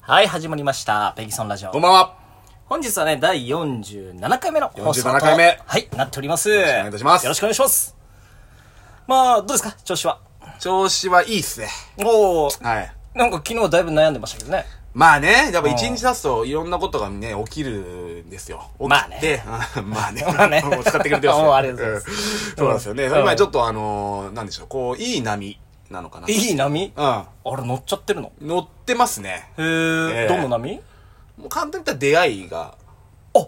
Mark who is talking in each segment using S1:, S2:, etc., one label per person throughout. S1: はい、始まりました。ペギソンラジ
S2: こん
S1: オ。
S2: ばんは。
S1: 本日はね、第47回目の放送と
S2: 47回目
S1: はい、なっております。
S2: よろしくお願いいたします
S1: よろしくお願いします。まあ、どうですか調子は。
S2: 調子はいいっすね。
S1: おー、
S2: はい。
S1: なんか昨日だいぶ悩んでましたけどね。
S2: まあね、やっぱ一日経つといろんなことがね、起きるんですよ。起
S1: まあ
S2: きて、 まあね。
S1: まあね
S2: もう使ってくれてますね。
S1: もうありがとうございます
S2: うんそうなんですよね。
S1: うん
S2: 今ちょっとあのー、なんでしょう、こう、いい波なのかな。
S1: いい波
S2: うん。
S1: あれ、乗っちゃってるの
S2: 乗ってますね。
S1: へー、
S2: ええ
S1: どの波
S2: もう簡単に言ったら出会いが、
S1: あ、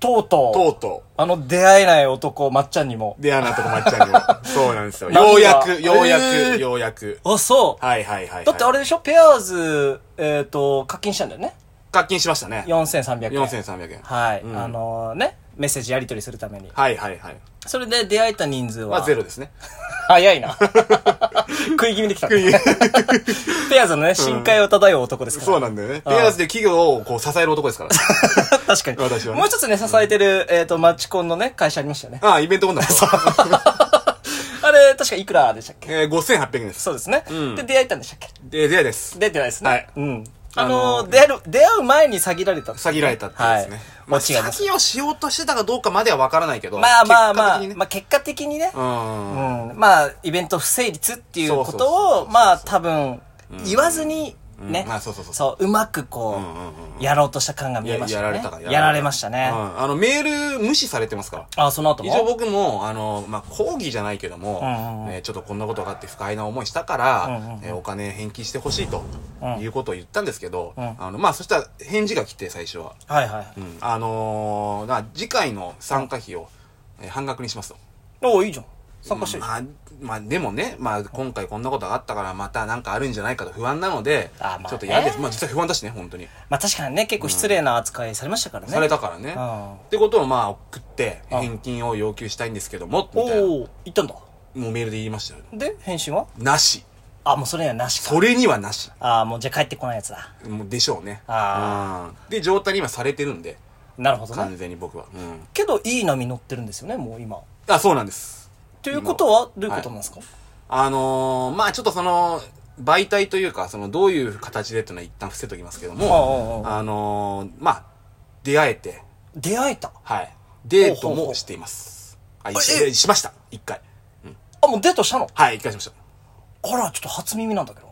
S1: とうとう。
S2: とうと
S1: あの、出会えない男、まっちゃんにも
S2: う、。出会いなとこまっちゃう よ。そうなんですよ。
S1: 波
S2: よ
S1: は
S2: うやく、ようや
S1: えー
S2: く、ようやく。
S1: あ、そう。
S2: はいはいはいはい。
S1: だってあれでしょペアーズ、えっ、と、課金したんだよね。
S2: 課金しましたね。
S1: 4300円。
S2: 4300円。
S1: はい。
S2: うん
S1: あのね、メッセージやり取りするために。
S2: はいはいはい。
S1: それで出会えた人数は。
S2: まあゼロですね。
S1: 早い な。食い気味できたね。ペアーズのね、深海を漂う男ですから。
S2: そうなんだよね。ペアーズで企業をこう支える男 ですから。
S1: 確かに。
S2: 私はね
S1: もう一つね、支えてる、えっ、と、マッチコンのね、会社ありましたよね。
S2: ああ、イベント女。
S1: あれ、確かいくらでしたっけ
S2: えー、5800円です。
S1: そうですね、
S2: うん
S1: で、出会えたんでしたっけ
S2: で、出会いです。
S1: 出てないですね。
S2: はい
S1: うん。あ
S2: あ
S1: の
S2: の
S1: 出会える、出会う前に詐欺られたっていうね。
S2: 詐欺られたってやつね。
S1: は
S2: ま
S1: い。
S2: あ、
S1: 間違いま
S2: 詐
S1: す。
S2: 欺をしようとしてたかどうかまではわからないけど。
S1: まあまあまあ、
S2: 結
S1: まあ結果的にね、
S2: 果
S1: うん、まあ、イベント不成立っていうこ
S2: そうそうそう
S1: とを、まあ、多分、言わずに、
S2: うん
S1: ね、
S2: まあそうそうそう
S1: うまくこ
S2: うんうん
S1: う、やろうとした感が見
S2: 的にね。
S1: え
S2: うん。
S1: ま
S2: や
S1: したね。
S2: やられたから
S1: やられましたね。
S2: うんあの、メール無視されてますから。
S1: あ、その後も
S2: 一応僕も、あの、まあ、講義じゃないけども、
S1: うんうんうん
S2: ねちょっとこんなことがあって不快な思いしたか
S1: うんうん
S2: ら
S1: う、ん
S2: えーお金返金してほしいと、
S1: うん
S2: いうことを言ったんですけど、
S1: うん
S2: あの、まあ、そしたら返事が来て最初は。
S1: はいはい。
S2: うんあのー、な次回の参加費を、えー半額にしますと。
S1: おいいじゃん。参加してる。
S2: まあ、まあ、でもね、まあ、今回こんなことがあったから、またなんかあるんじゃないかと不安なので、
S1: あまあ
S2: ちょっと嫌で
S1: ね
S2: す。まあ、実は不安だしね、本当に。
S1: まあ確かにね、結構失礼な扱いされましたからね。
S2: されたからね。
S1: うん
S2: ってことを、まあ、送って、
S1: あ
S2: 返金を要求したいんですけども、み
S1: お
S2: たいな。も
S1: おー、行ったんだ。
S2: うメールで言いましたよ。
S1: で、返信は
S2: なし。
S1: あ、もうそれにはなしか。
S2: それにはなし。
S1: あーもうじゃあ帰ってこないやつだ。
S2: もうでしょうね。
S1: あ
S2: うんで、状態に今されてるんで、
S1: なるほどね
S2: 完。全に僕は。うん
S1: けど、いい波乗ってるんですよね、もう今。
S2: あ、そうなんです。
S1: ということは、どういうことなんですか、
S2: あのー、まあちょっとその、媒体というか、その、どういう形でっていうのは一旦伏せときますけども、
S1: あああ
S2: あのー、まあ出会えて、
S1: 出会えた。
S2: はい。デート
S1: ほうほうほ
S2: も
S1: う
S2: しています。あ、
S1: え
S2: いししました。一回。
S1: あ、もうデートしたの
S2: はい、一回しました。
S1: あら、ちょっと初耳なんだけど。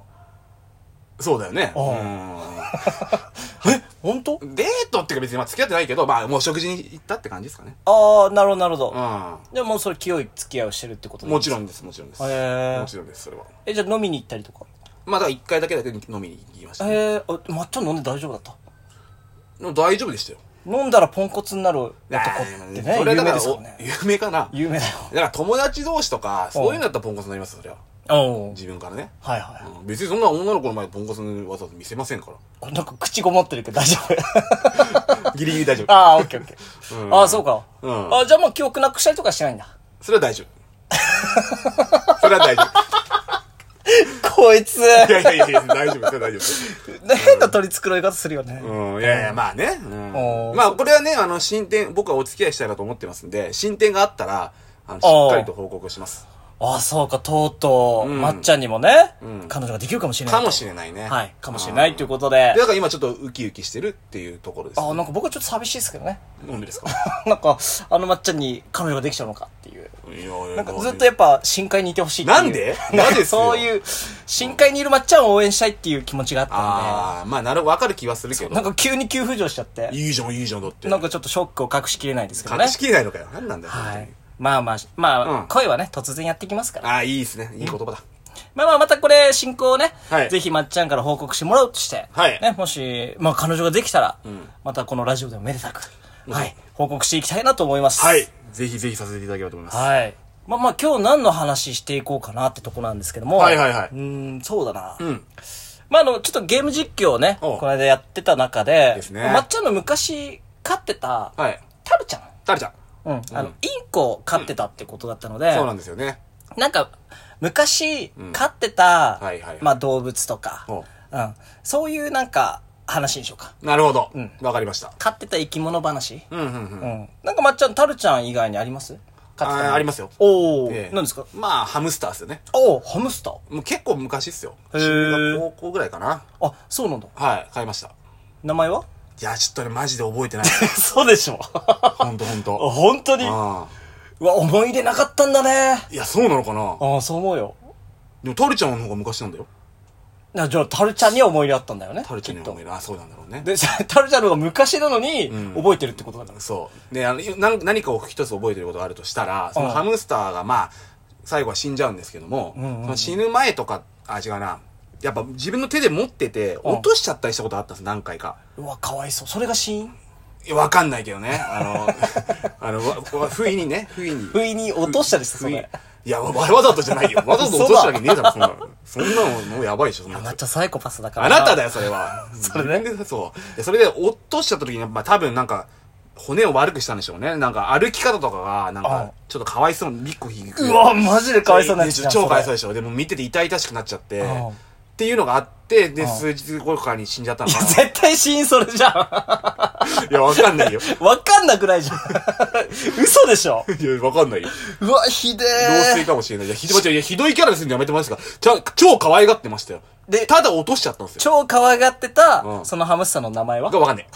S2: そうだよね。う
S1: あ本当
S2: ーん。デートっていうか別にまあ付き合ってないけど、まあもう食事に行ったって感じですかね。
S1: ああ、なるほど、なるほど。
S2: う
S1: でももうそれ、清い付き合いをしてるってこと
S2: ん。もちろ
S1: ん。
S2: んです、もちろんです。
S1: へー
S2: もちろんです、それは。
S1: え、じゃあ飲みに行ったりとか。
S2: まあだから一回だけだけ飲みに行きましたね、
S1: えー、あ、抹茶飲んで大丈夫だった。
S2: でも大丈夫でしたよ。
S1: 飲んだらポンコツになる男ってね、
S2: それ
S1: 有
S2: だか
S1: 名
S2: ら
S1: ですからね。
S2: 有名かな。
S1: 有名だよ。
S2: だから友達同士とか、そういうのだったらポンコツになりますよ、それは。
S1: おう
S2: 自分からね。
S1: はいは
S2: うん別にそんな女の子の前でポンコツのわざわざ見せませんか
S1: いはい。なんか口ごもってるけど大丈 夫。
S2: ら。 ギリギリ大丈夫。
S1: ああ、オッケーオッケー。
S2: うん
S1: ああ、そうか。
S2: うん
S1: あじゃあもう記憶なくしたりとかしてないんだ。
S2: それは大丈夫。 それは大丈夫。
S1: こいつ、
S2: いやいやいやいや、大丈夫、それは大丈夫。
S1: 変な取り繕い方するよね。
S2: うん、いやいや、まあね。うん
S1: おー
S2: まあ、これはね、あの、進展、僕はお付き合いしたいなと思ってますんで、進展があったら、あの、しっかりと報告します。
S1: ああ、そうか、とうとう、
S2: うん
S1: まっちゃんにもね、
S2: うん
S1: 彼女ができるかもしれない
S2: か
S1: と。
S2: もしれないね。
S1: はい、かもしれないということで
S2: で。だから今ちょっとウキウキしてるっていうところです。
S1: あ、なんか僕はちょっと寂しいですけどね。
S2: なんでですか
S1: なんか、あのまっちゃんに彼女ができちゃうのかっていう。な
S2: な
S1: んかずっとやっぱ深海にいてほしいっていう。
S2: なんで
S1: な
S2: なんん
S1: か
S2: ですよ
S1: そういう、深海にいるまっちゃんを応援したいっていう気持ちがあった
S2: ああ、まあ、なる、わかる気はするけ
S1: ので、
S2: ど。
S1: なんか急に急浮上しちゃって、
S2: いいじゃん、いいじゃん、だって。
S1: なんかちょっとショックを隠しきれないですけどね
S2: 隠。しきれないのかよ。なんなんだよ、本
S1: は
S2: 当に
S1: い。まあまあ、まあ、
S2: うん
S1: 声はね、突然やってきますから。
S2: ああ、いいですね。いい言葉だ。
S1: まあまあ、またこれ、進行をね、
S2: はい
S1: ぜひまっちゃんから報告してもらうとして、
S2: はい
S1: ね、もし、まあ彼女ができたら、
S2: ん
S1: またこのラジオでもめでたく、はい、報告していきたいなと思います。
S2: はい。ぜひぜひさせていただければと思います。
S1: はい。まあまあ今日何の話していこうかなってとこなんですけども。
S2: はいはいはいう
S1: ーん、そうだな。
S2: うん。
S1: まああの、ちょっとゲーム実況をね、
S2: お
S1: こ
S2: う
S1: の間やってた中で、
S2: ですね
S1: まっちゃんの昔飼ってた、
S2: はい。
S1: タルちゃん。
S2: タルちゃん。
S1: うん。あの、インコを飼ってたってことだったので、
S2: そうなんですよね。
S1: なんか、昔
S2: うん
S1: 飼ってた、
S2: はいはい
S1: まあ動物とか、
S2: おう
S1: うん。そういうなんか話にしようか。
S2: なるほど
S1: ん。
S2: わかりました。
S1: 飼ってた生き物話。
S2: うん、うん、うん。
S1: うん。なんかまっちゃん、タルちゃん以外にあります飼ってた
S2: あありますよ
S1: おお、
S2: ええ
S1: 何ですか
S2: まあ、ハムスターですよね。
S1: おおハムスター
S2: もう結構昔っすよ。
S1: へー
S2: 中学高校ぐらいかな。
S1: あ、そうなんだ。
S2: はい、買いました。
S1: 名前 は
S2: いや、ちょっとね、マジで覚え てないです。
S1: そうでし ょ。あ
S2: ほんとほんと。
S1: 本当に
S2: あ
S1: うわ、思い入れなかったんだね。
S2: ーいや、そうなのかな
S1: ああ、そう思うよ。
S2: でも、タルちゃんの方が昔なんだよ。
S1: なじゃあ、タルちゃんには思い入れあったんだよね。
S2: タルちゃんに
S1: きっ
S2: 思いな。あ、そうなんだろうね
S1: と。。で、さタルちゃんの方が昔なのに
S2: うん、
S1: 覚えてるってことだから。
S2: そう。で、あの、な何かを一つ覚えてることがあるとしたら、その
S1: うん
S2: ハムスターが、まあ、最後は死んじゃうんですけども、
S1: うんうんうん
S2: その死ぬ前とか、あ、違うな。やっぱ自分の手で持ってて、
S1: うん
S2: 落としちゃったりしたことあったんです、何回か。
S1: うわ、かわいそう。それが死因
S2: いやわかんないけど ね。あの、あの、わわ不意にね、不意に。
S1: 不意に落としたりする、そ
S2: 不意
S1: れ。
S2: いや、わわざとじゃないよ。わざと落としたわけねえだろ、そんな の。そんなの、もうやばいでしょ、そんな
S1: あ
S2: の
S1: な。たサイコパスだから
S2: あなただ
S1: よ。
S2: よ、それは。
S1: それね
S2: 自分でそう。でそれで、落としちゃった時に、まあ多分なんか、骨を悪くしたんでしょうね。なんか、歩き方とかが、なん
S1: ああ
S2: か、ちょっとかわいそうに、ビッコ引く。
S1: うわ、マジでかわいそうなやつじゃん。
S2: 超かわいそう
S1: う。
S2: でしょ。でも見てて痛々しくなっちゃって、
S1: ああ
S2: っていうのがあって、で、
S1: ああ
S2: 数日後かに死んじゃった の
S1: いや、
S2: かな。
S1: 絶対死因それじゃん。
S2: いや、わかんないよ。
S1: わかんなくないじゃん。 嘘でし ょ。
S2: いや、わかんないよ。
S1: うわ、ひで
S2: 老衰
S1: え。
S2: かもしれない。いや、ひどい、いや、ひどいキャラですんでやめてもらっていいですかちゃ超可愛がってましたよ。
S1: で
S2: ただ落としちゃったんですよ。
S1: 超可愛がってた、
S2: うん
S1: そのハムスターの名前は
S2: がわかんない。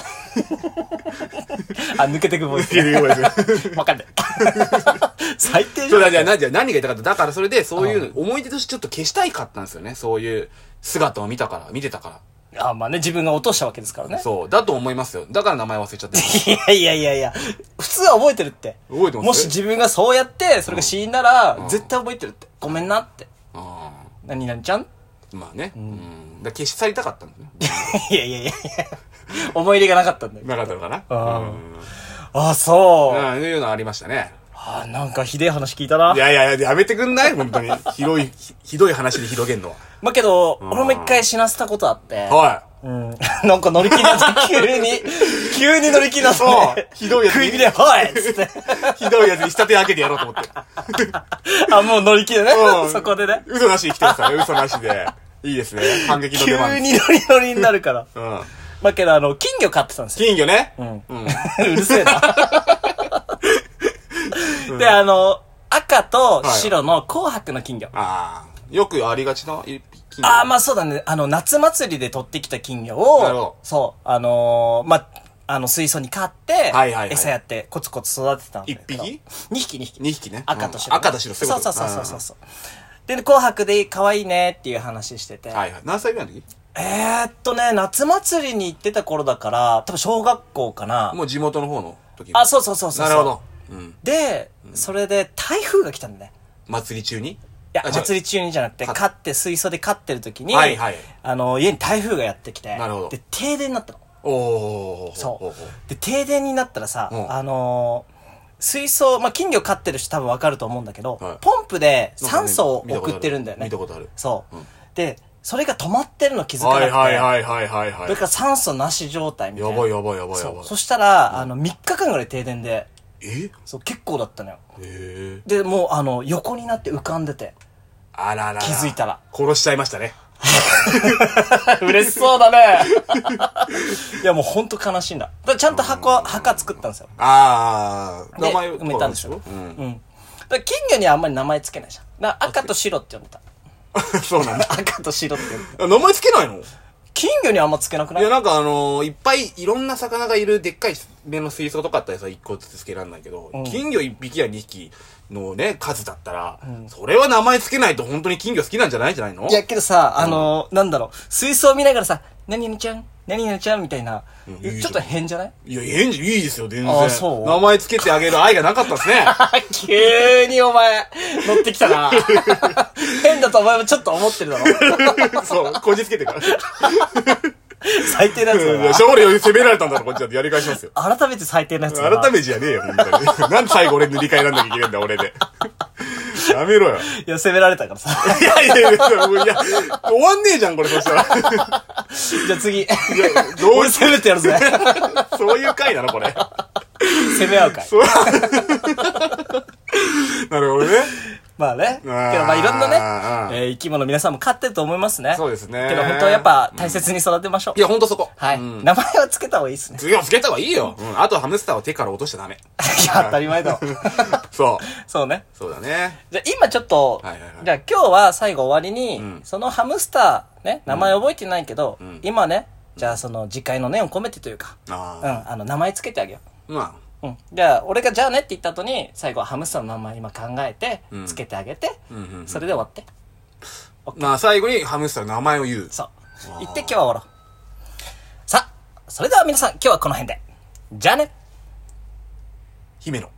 S1: あ、抜けてくボイ
S2: いや
S1: ス。
S2: い やごめんなさい
S1: わかん ない。最低じ
S2: そ
S1: ゃ
S2: うだ、
S1: ん。
S2: じゃあなじゃあ何が言いたかっただからそれで、そういう思い出としてちょっと消したいかったんですよね。そういう姿を見たから、見てたか
S1: あ、まあね、自分が落としたわけですから
S2: ら。
S1: ね。
S2: そう。だと思いますよ。だから名前忘れ ちゃってる。
S1: いやいやいやいや、普通は覚えてるって。
S2: 覚えてます
S1: もし自分がそうやって、それが死因なら、
S2: うん
S1: 絶対覚えてるって。ごめんなって。
S2: あ
S1: 何々ちゃん
S2: ーまあね。うん。だから消し去りたかったんだね。
S1: いやいやいやいや思い入れがなかったんだよ。
S2: なかったのかな
S1: あー
S2: うん。
S1: あ、そう。
S2: うん、いうのありましたね。。
S1: あー、なんかひでえ話聞いたない
S2: やいやいや、やめてくんない本当に。ひどい、ひひどい話で広げんの
S1: まあけど、
S2: ん
S1: 俺も一回死なせたことあって
S2: は。。は
S1: うん。 なんか乗り気にな った。急に。急に乗り気になったね。
S2: そうひどいやつ
S1: 食い気で、はいっつ って。
S2: い。ひどいやつに下手開けてやろうと思って。
S1: あ、もう乗り気でね
S2: う。ん
S1: そこでね。
S2: 嘘なしで来てください。嘘なしで。いいで すね。反撃の
S1: 急
S2: 出番。
S1: に乗り乗りになるから。
S2: うん。
S1: まあけど、あの、金魚飼ってたんですよ。
S2: 金魚ね。うんうん。
S1: うるせえな。 で、あの、赤と白の紅白の金魚。
S2: ああ、よくありがちな金魚。
S1: ああ、まあそうだね。あの、夏祭りで取ってきた金魚
S2: なるほど
S1: を、そう、あのー、まあ、あの、水槽に飼って、
S2: はいはいはい
S1: 餌やって、コツコツ育ててたんだけど。
S2: 一匹
S1: ?2 匹2匹。
S2: 2匹ね。
S1: 赤と白、
S2: うん赤と白、
S1: そうそうそうそうそう
S2: そ
S1: そう。で、紅白で可愛いねっていう話してて。
S2: うん。はいはい。何歳ぐらいの時
S1: えー、っとね、夏祭りに行ってた頃だから、多分小学校かな。
S2: もう地元の方の時。
S1: あ、そうそうそうそうそう。
S2: なるほど。。うん。
S1: で、それで台風が来たんだね。
S2: 祭り中にい
S1: いや、
S2: り。
S1: 祭り中にじゃなくて、
S2: か
S1: 飼って、水槽で飼ってる時に、
S2: はいはい
S1: あの、家に台風がやってきて、
S2: なるほど
S1: で、停電になったの。
S2: おー。
S1: そ
S2: おー
S1: う。で、停電になったらさ、
S2: うん
S1: あのー水槽、まあ、金魚飼ってる人多分わかると思うんだけど、
S2: はい
S1: ポンプで
S2: なんか
S1: 酸
S2: ね
S1: 素を送ってるんだよね。
S2: 見たことある見たこ
S1: そう、
S2: うん
S1: で、それが止まってるの気づかなく
S2: は
S1: て、
S2: いはいはいはいはいはい。
S1: それから酸素なし状態みたい
S2: や
S1: な。
S2: ばいやばいやばいや
S1: そ。。
S2: ばいう
S1: そしたら、あの、3日間ぐらい停電で、
S2: え
S1: そう、結構だったのよ。
S2: えー。
S1: で、もう、あの、横になって浮かんでて。
S2: あららら。
S1: 気づいたら。
S2: 殺しちゃいましたね。
S1: 嬉しそうだね。 いや、もうほんと悲しいんだ。だからちゃんと箱、墓作ったんですよ。
S2: あー。
S1: で
S2: 名前
S1: 埋めたんですよ
S2: う。
S1: うんん。だから金魚にはあんまり名前つけないじゃん。だから赤と白って呼んでた。
S2: そうなん だ。
S1: 赤と白って呼んでた。
S2: 名前つけないの
S1: 金魚にはあんまつけなくないい
S2: や、なんかあのーいっぱいいろんな魚がいるでっかい目の水槽とかあったらさ、一個ずつつけらんないけど、
S1: ん
S2: 金魚一匹や二匹のね、数だったら、それは名前つけないと本当に金魚好きなんじゃないんじゃないの
S1: いや、けどさ、あのー、なんだろう、水槽見ながらさ、何々ちゃん何々ちゃんみたいな、
S2: ん
S1: ちょっと変じゃない
S2: いや、変じゃ、いいですよ、全
S1: あ
S2: 然。
S1: そう
S2: 名前つけてあげる愛がなかったですね。
S1: 急にお前、乗ってきたな。変だとお前もちょっと思ってるだ ろ。
S2: そう、こじつけてから。
S1: 最低なやつ
S2: うんいや
S1: だ
S2: しょうがないよ、責められたんだろ、こっちだってやり返しますよ。
S1: な。改めて最低なやつだな。
S2: 改めてじゃねえよ、本当に。 なんで最後俺塗り替えなんなきゃいけないんだ、俺 で。やめろよ。
S1: いや、責められたからさ。
S2: いやいやいや、いや、終わんねえじゃん、これ、そ したら。
S1: じゃあ次。
S2: いや、どう
S1: 俺責めてやる ぜ。
S2: そういう回なの これ。
S1: 攻め合うかい。
S2: そうなるほどね。
S1: まあね。けど
S2: あー
S1: まあいろん
S2: あ
S1: な
S2: ー
S1: ね、えー生き物皆さんも飼ってると思いますね。
S2: そうですね
S1: けど本当はやっぱ大切に育てましょう。
S2: いや、ほんとそこ。
S1: はい。
S2: うん
S1: 名前はつけた方がいいですね。
S2: 次はつけた方がいいよ。うん。あとハムスターを手から落としちゃダメ。
S1: いや、当たり前だわ。
S2: そう。
S1: そうね。
S2: そうだね。
S1: じゃあ今ちょっと、
S2: はいはいはい
S1: じゃあ今日は最後終わりに、
S2: うん
S1: そのハムスター、ね、名前覚えてないけど、
S2: うん
S1: 今ね、じゃあその次回の念を込めてというか、うん、
S2: あ
S1: あの、名前つけてあげよ
S2: あ。ま
S1: う。うん。じゃあ、俺がじゃあねって言った後に、最後はハムスターの名前今考えて
S2: う、ん
S1: つけてあげて、
S2: あ。うんうんうん。
S1: それで終わって。
S2: まあ最後にハムスターの名前を言う。
S1: そう。言って今日は終わろう。さあ、それでは皆さん、今日はこの辺で。じゃあね
S2: 姫野。